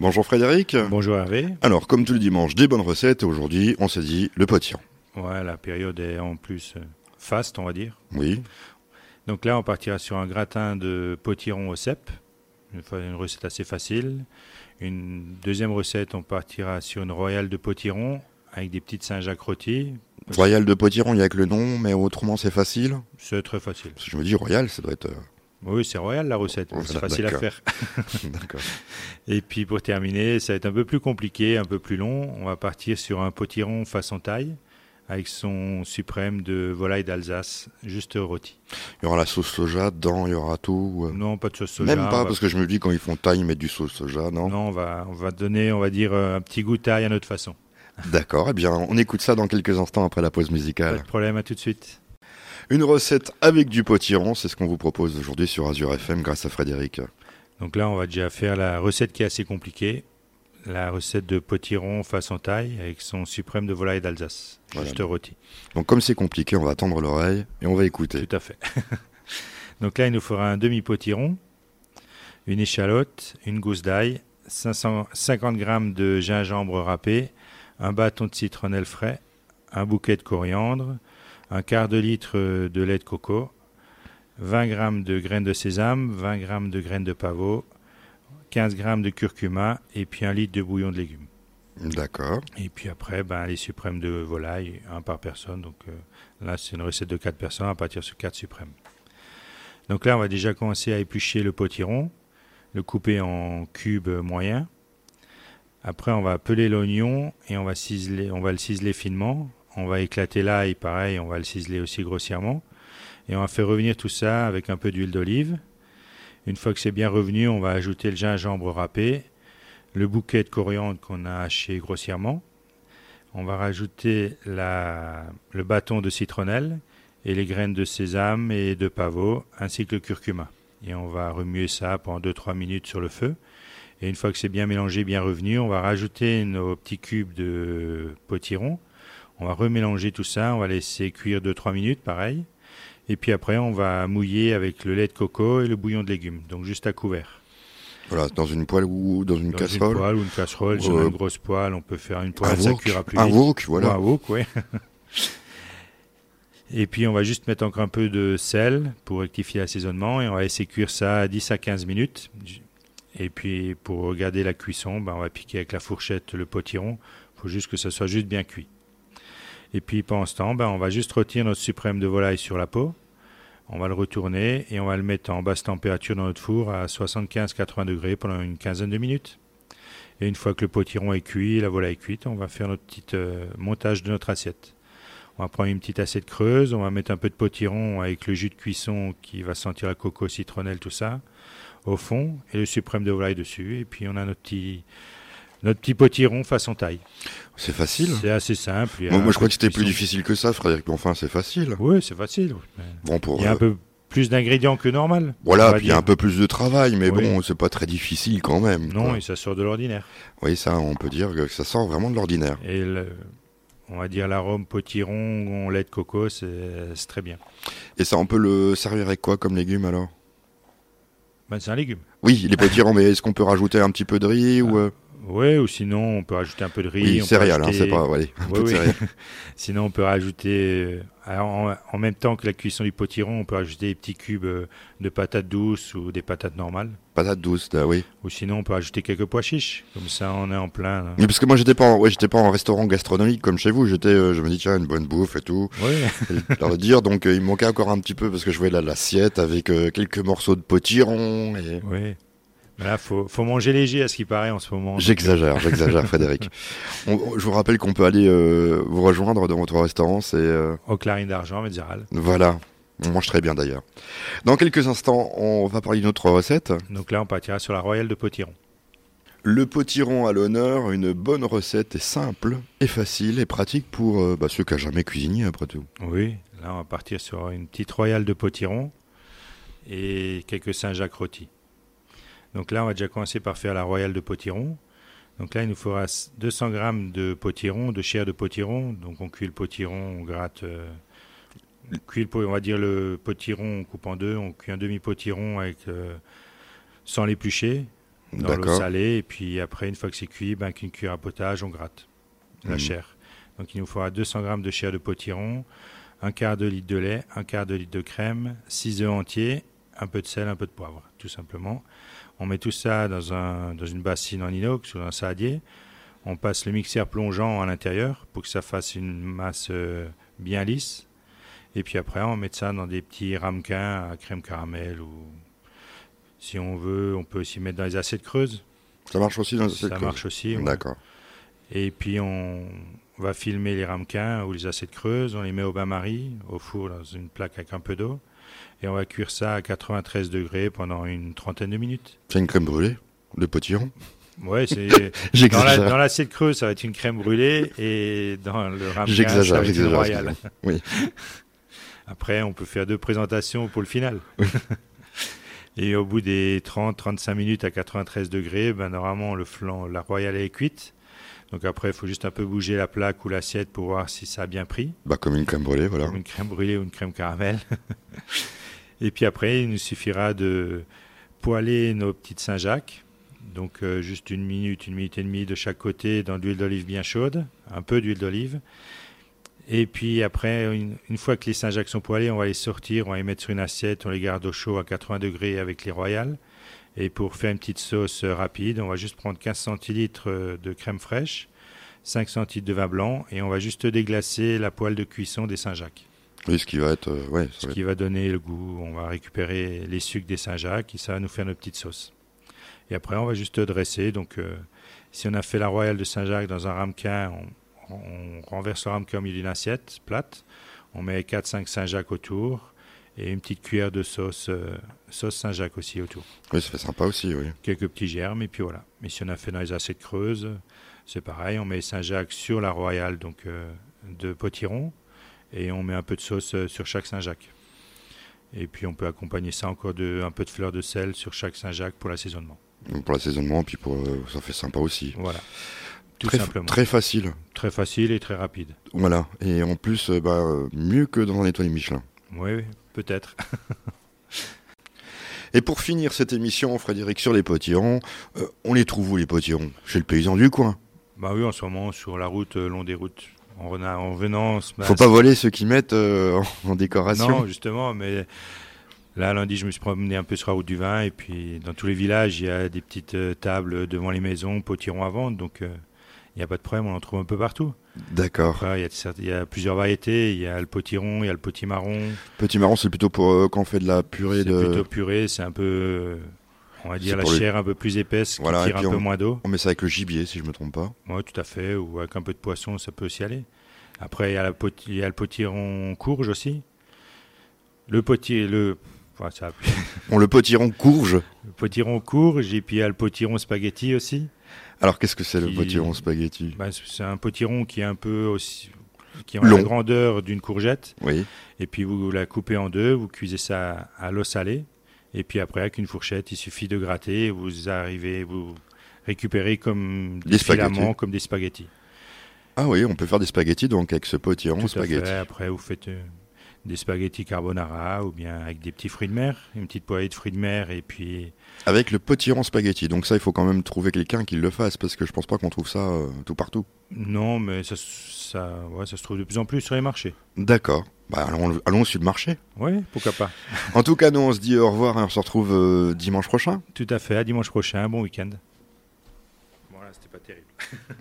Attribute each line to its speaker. Speaker 1: Bonjour Frédéric.
Speaker 2: Bonjour Hervé.
Speaker 1: Alors, comme tous les dimanches, des bonnes recettes. Aujourd'hui, on s'est dit le potiron.
Speaker 2: Ouais, la période est en plus euh, faste, on va dire.
Speaker 1: Oui.
Speaker 2: Donc là, on partira sur un gratin de potiron au cèpe, une, fa- une recette assez facile. Une deuxième recette, on partira sur une royale de potiron avec des petites Saint-Jacques rôties.
Speaker 1: Royal de potiron, il y a que le nom, mais autrement, c'est facile.
Speaker 2: C'est très facile.
Speaker 1: Parce que je me dis, Royal, ça doit être. euh,
Speaker 2: Oui, c'est royal la recette, mais c'est
Speaker 1: Oh, Voilà,
Speaker 2: facile à
Speaker 1: d'accord.
Speaker 2: faire.
Speaker 1: D'accord.
Speaker 2: Et puis pour terminer, ça va être un peu plus compliqué, un peu plus long. On va partir sur un potiron façon taille avec son suprême de volaille d'Alsace, juste rôti.
Speaker 1: Il y aura la sauce soja dedans, il y aura tout. ou, euh,
Speaker 2: Non, pas de sauce soja.
Speaker 1: Même
Speaker 2: on
Speaker 1: pas,
Speaker 2: va-
Speaker 1: parce que je me dis, quand ils font taille, ils mettent du sauce soja, non,
Speaker 2: Non, on va, on va donner, on va dire, euh, un petit goût taille à notre façon.
Speaker 1: D'accord, eh bien, on écoute ça dans quelques instants après la pause
Speaker 2: Pas
Speaker 1: musicale.
Speaker 2: de problème, à tout de suite.
Speaker 1: Une recette avec du potiron, c'est ce qu'on vous propose aujourd'hui sur Azure FM grâce à Frédéric.
Speaker 2: Donc là, on va déjà faire la recette qui est assez compliquée. La recette de potiron façon taille avec son suprême de volaille d'Alsace,
Speaker 1: Voilà.
Speaker 2: juste rôti.
Speaker 1: Donc, comme c'est compliqué, on va tendre l'oreille et on va écouter.
Speaker 2: Tout à fait. Donc là, il nous faudra un demi-potiron, une échalote, une gousse d'ail, 550 g de gingembre râpé, un bâton de citronnelle frais, un bouquet de coriandre, un quart de litre euh, de lait de coco, 20 g de graines de sésame, 20 g de graines de pavot, 15 g de curcuma et puis un litre de bouillon de légumes.
Speaker 1: D'accord.
Speaker 2: Et puis après, ben, les suprêmes de volaille, un par personne. Donc euh, là, c'est une recette de 4 personnes à partir sur 4 suprêmes. Donc là, on va déjà commencer à éplucher le potiron, le couper en cubes moyens. Après, on va peler l'oignon et on va, ciseler, on va le ciseler finement. On va éclater l'ail, pareil, on va le ciseler aussi grossièrement. Et on va faire revenir tout ça avec un peu d'huile d'olive. Une fois que c'est bien revenu, on va ajouter le gingembre râpé, le bouquet de coriandre qu'on a haché grossièrement. On va rajouter la- le bâton de citronnelle et les graines de sésame et de pavot, ainsi que le curcuma. Et on va remuer ça pendant 2-3 minutes sur le feu. Et une fois que c'est bien mélangé, bien revenu, on va rajouter nos petits cubes de potiron. On va remélanger tout ça, on va laisser cuire 2-3 minutes, pareil. Et puis après, on va mouiller avec le lait de coco et le bouillon de légumes, donc juste à couvert.
Speaker 1: Voilà, dans une poêle ou dans une
Speaker 2: Dans
Speaker 1: casserole.
Speaker 2: Une poêle ou une casserole, sur
Speaker 1: Euh,
Speaker 2: une grosse poêle, on peut faire une
Speaker 1: un
Speaker 2: poêle, ça
Speaker 1: wok,
Speaker 2: cuira plus
Speaker 1: un
Speaker 2: vite.
Speaker 1: wok, voilà.
Speaker 2: Ou un wok, ouais. Et puis on va juste mettre encore un peu de sel pour rectifier l'assaisonnement et on va laisser cuire ça 10 à 15 minutes. Et puis pour regarder la cuisson, ben, on va piquer avec la fourchette le potiron. Il faut juste que ça soit juste bien cuit. Et puis pendant ce temps, ben, on va juste retirer notre suprême de volaille sur la peau. On va le retourner et on va le mettre en basse température dans notre four à 75-80 degrés pendant une quinzaine de minutes. Et une fois que le potiron est cuit, la volaille est cuite, on va faire notre petit montage de notre assiette. On va prendre une petite assiette creuse, on va mettre un peu de potiron avec le jus de cuisson qui va sentir la coco, citronnelle, tout ça, au fond, et le suprême de volaille dessus. Et puis on a notre petit, notre petit potiron façon taille.
Speaker 1: C'est facile.
Speaker 2: C'est euh, assez simple. il y a
Speaker 1: Moi,
Speaker 2: un
Speaker 1: moi, je crois
Speaker 2: peu
Speaker 1: que
Speaker 2: de
Speaker 1: c'était plus
Speaker 2: cuisson.
Speaker 1: difficile que ça, Frédéric, mais enfin, c'est facile.
Speaker 2: Oui, c'est facile. oui.
Speaker 1: Bon,
Speaker 2: Il
Speaker 1: pour.
Speaker 2: y a un
Speaker 1: euh,
Speaker 2: peu plus d'ingrédients que normal. on
Speaker 1: Voilà,
Speaker 2: va
Speaker 1: puis il y a
Speaker 2: dire.
Speaker 1: un peu plus de travail, mais
Speaker 2: Oui.
Speaker 1: bon, c'est pas très difficile quand même.
Speaker 2: Non,
Speaker 1: quoi.
Speaker 2: et ça sort de l'ordinaire.
Speaker 1: Oui, ça, on peut dire que ça sort vraiment de l'ordinaire.
Speaker 2: Et le- on va dire l'arôme potiron, on lait de coco, c'est c'est très bien.
Speaker 1: Et ça, on peut le servir avec quoi comme légume alors
Speaker 2: Ben, c'est un légume.
Speaker 1: Oui, les potirons, mais est-ce qu'on peut rajouter un petit peu de riz ou euh,
Speaker 2: Ouais, ou sinon on peut rajouter un peu de riz.
Speaker 1: Oui,
Speaker 2: Ah, on peut
Speaker 1: céréales, hein,
Speaker 2: rajouter-
Speaker 1: c'est pas. allez, un
Speaker 2: Ouais,
Speaker 1: peu de
Speaker 2: oui.
Speaker 1: céréales.
Speaker 2: Sinon on peut rajouter, euh, alors, en, en même temps que la cuisson du potiron, on peut rajouter des petits cubes euh, de patates douces ou des patates normales.
Speaker 1: Patates douces, là, oui.
Speaker 2: Ou sinon on peut rajouter quelques pois chiches. Comme ça on est en plein. hein.
Speaker 1: Mais parce que moi, j'étais pas, en... ouais, j'étais pas en restaurant gastronomique comme chez vous. J'étais, euh, je me dis tiens, une bonne bouffe et tout.
Speaker 2: Ouais.
Speaker 1: Et leur dire, donc euh, il me manquait encore un petit peu parce que je voulais la- l'assiette avec euh, quelques morceaux de potiron. Et...
Speaker 2: Oui. Mais Là, faut, faut manger léger à ce qui paraît en ce moment.
Speaker 1: J'exagère, j'exagère, Frédéric. On- on- je vous rappelle qu'on peut aller euh, vous rejoindre dans votre restaurant. C'est euh,
Speaker 2: Au clarine d'argent, médiéral.
Speaker 1: voilà, on mange très bien d'ailleurs. Dans quelques instants, on va parler d'une autre recette.
Speaker 2: Donc là, on partira sur la royale de potiron.
Speaker 1: Le potiron à l'honneur, une bonne recette est simple et facile et pratique pour euh, bah, ceux qui n'ont jamais cuisiné après tout.
Speaker 2: Oui, là, on va partir sur une petite royale de potiron et quelques Saint-Jacques rôtis. Donc là, on va déjà commencer par faire la royale de potiron. Donc là, il nous faudra 200 grammes de potiron, de chair de potiron. Donc on cuit le potiron, on gratte. euh, on, cuit le po- on va dire le potiron, on coupe en deux. On cuit un demi-potiron avec, euh, sans l'éplucher. dans l'eau
Speaker 1: D'accord.
Speaker 2: salée. Et puis après, une fois que c'est cuit, ben, avec une cuillère à potage, on gratte la
Speaker 1: Mhm.
Speaker 2: chair. Donc il nous faudra 200 grammes de chair de potiron, un quart de litre de lait, un quart de litre de crème, 6 œufs entiers, un peu de sel, un peu de poivre, tout simplement. On met tout ça dans, un, dans une bassine en inox ou dans un saladier. On passe le mixeur plongeant à l'intérieur pour que ça fasse une masse euh, bien lisse. Et puis après, on met ça dans des petits ramequins à crème caramel ou si on veut, on peut aussi mettre dans les assiettes creuses.
Speaker 1: Ça marche aussi dans
Speaker 2: Ça
Speaker 1: cette
Speaker 2: marche aussi. ouais.
Speaker 1: D'accord.
Speaker 2: Et puis on va filmer les ramequins ou les assiettes creuses, on les met au bain-marie, au four dans une plaque avec un peu d'eau, et on va cuire ça à 93 degrés pendant une trentaine de minutes.
Speaker 1: C'est une crème brûlée de potiron.
Speaker 2: Ouais, c'est dans la-
Speaker 1: J'exagère.
Speaker 2: dans l'assiette creuse, ça va être une crème brûlée, et dans le ramequin, ça
Speaker 1: J'exagère,
Speaker 2: va être une
Speaker 1: j'exagère,
Speaker 2: royale.
Speaker 1: Oui.
Speaker 2: Après, on peut faire deux présentations pour le final. Et au bout des 30-35 minutes à 93 degrés, ben, normalement, le flan, la royale est cuite. Donc après, il faut juste un peu bouger la plaque ou l'assiette pour voir si ça a bien pris,
Speaker 1: Bah, comme une crème brûlée, voilà.
Speaker 2: comme une crème brûlée ou une crème caramel. Et puis après, il nous suffira de poêler nos petites Saint-Jacques. Donc euh, juste une minute, une minute et demie de chaque côté dans de l'huile d'olive bien chaude, un peu d'huile d'olive. Et puis après, une, une fois que les Saint-Jacques sont poêlés, on va les sortir, on va les mettre sur une assiette, on les garde au chaud à 80 degrés avec les royales. Et pour faire une petite sauce euh, rapide, on va juste prendre 15 centilitres euh, de crème fraîche, 5 centilitres de vin blanc, et on va juste déglacer la poêle de cuisson des Saint-Jacques.
Speaker 1: Oui, ce qui va être. euh, ouais, ça
Speaker 2: Ce
Speaker 1: va être-
Speaker 2: qui va donner le goût, on va récupérer les sucres des Saint-Jacques et ça va nous faire nos petites sauces. Et après, on va juste dresser. Donc, euh, si on a fait la royale de Saint-Jacques dans un ramequin, on, on renverse le ramequin au milieu d'une assiette plate. On met 4-5 Saint-Jacques autour et une petite cuillère de sauce, euh, sauce Saint-Jacques aussi autour.
Speaker 1: Oui, ça fait sympa aussi, oui.
Speaker 2: Quelques petits germes et puis voilà. Mais si on a fait dans les assiettes creuses, c'est pareil. On met Saint-Jacques sur la royale donc euh, de potiron et on met un peu de sauce euh, sur chaque Saint-Jacques. Et puis on peut accompagner ça encore de un peu de fleur de sel sur chaque Saint-Jacques pour l'assaisonnement.
Speaker 1: Donc, Pour l'assaisonnement, puis pour, euh, ça fait sympa aussi.
Speaker 2: Voilà. Tout
Speaker 1: très,
Speaker 2: simplement. Très...
Speaker 1: très facile.
Speaker 2: facile et très rapide.
Speaker 1: Voilà. Et en plus, euh, bah, euh, mieux que dans un étoilé Michelin.
Speaker 2: Oui, oui, peut-être.
Speaker 1: Et pour finir cette émission, Frédéric, sur les potirons, euh, on les trouve où les potirons Chez le paysan du coin.
Speaker 2: bah oui, en ce moment sur la route, euh, long des routes. En, rena- en venant, ce-
Speaker 1: Faut pas voler ceux qui mettent euh, en, en décoration.
Speaker 2: Bah, Non, justement, mais là, lundi, je me suis promené un peu sur la route du vin. Et puis, dans tous les villages, il y a des petites euh, tables devant les maisons, potirons à vendre. Donc, euh, il n'y a pas de problème, on en trouve un peu partout.
Speaker 1: D'accord.
Speaker 2: Après, il y a, de certes- il y a plusieurs variétés. Il y a le potiron, il y a le potimarron.
Speaker 1: Petit marron, c'est plutôt pour euh, quand on fait de la purée
Speaker 2: C'est
Speaker 1: de.
Speaker 2: plutôt purée, c'est un peu, euh, on va dire,
Speaker 1: C'est
Speaker 2: la
Speaker 1: pour le-
Speaker 2: chair un peu plus épaisse qui
Speaker 1: Voilà, et
Speaker 2: tire un
Speaker 1: puis
Speaker 2: peu
Speaker 1: on-
Speaker 2: moins d'eau.
Speaker 1: On met ça avec le gibier, si je me trompe pas.
Speaker 2: Oui, tout à fait. Ou avec un peu de poisson, ça peut aussi aller. Après, il y a, la pot- il y a le potiron courge aussi. Le potiron... Le... enfin, ça-
Speaker 1: On le potiron courge.
Speaker 2: Le potiron courge et puis il y a le potiron spaghetti aussi.
Speaker 1: Alors qu'est-ce que c'est le
Speaker 2: Qui-
Speaker 1: potiron spaghetti
Speaker 2: Bah, c'est un potiron qui est un peu aussi qui a
Speaker 1: Long.
Speaker 2: la grandeur d'une courgette
Speaker 1: Oui.
Speaker 2: et puis vous la coupez en deux, vous cuisez ça à l'eau salée et puis après avec une fourchette, il suffit de gratter, et vous arrivez vous récupérez comme des
Speaker 1: Des spaghettis.
Speaker 2: filaments comme des spaghettis.
Speaker 1: Ah oui, on peut faire des spaghettis donc avec ce potiron
Speaker 2: Tout à
Speaker 1: spaghetti.
Speaker 2: fait. Après, vous faites euh, des spaghettis carbonara ou bien avec des petits fruits de mer, une petite poêlée de fruits de mer et puis
Speaker 1: Avec le potiron spaghetti. Donc ça, il faut quand même trouver quelqu'un qui le fasse parce que je pense pas qu'on trouve ça euh, tout partout.
Speaker 2: non, mais ça ça ouais, ça se trouve de plus en plus sur les marchés.
Speaker 1: D'accord. Bah, allons, allons sur le marché.
Speaker 2: Oui, pourquoi pas.
Speaker 1: En tout cas, nous, on se dit au revoir et on se retrouve euh, dimanche prochain.
Speaker 2: Tout à fait, à dimanche prochain, bon week-end. Voilà, c'était pas terrible.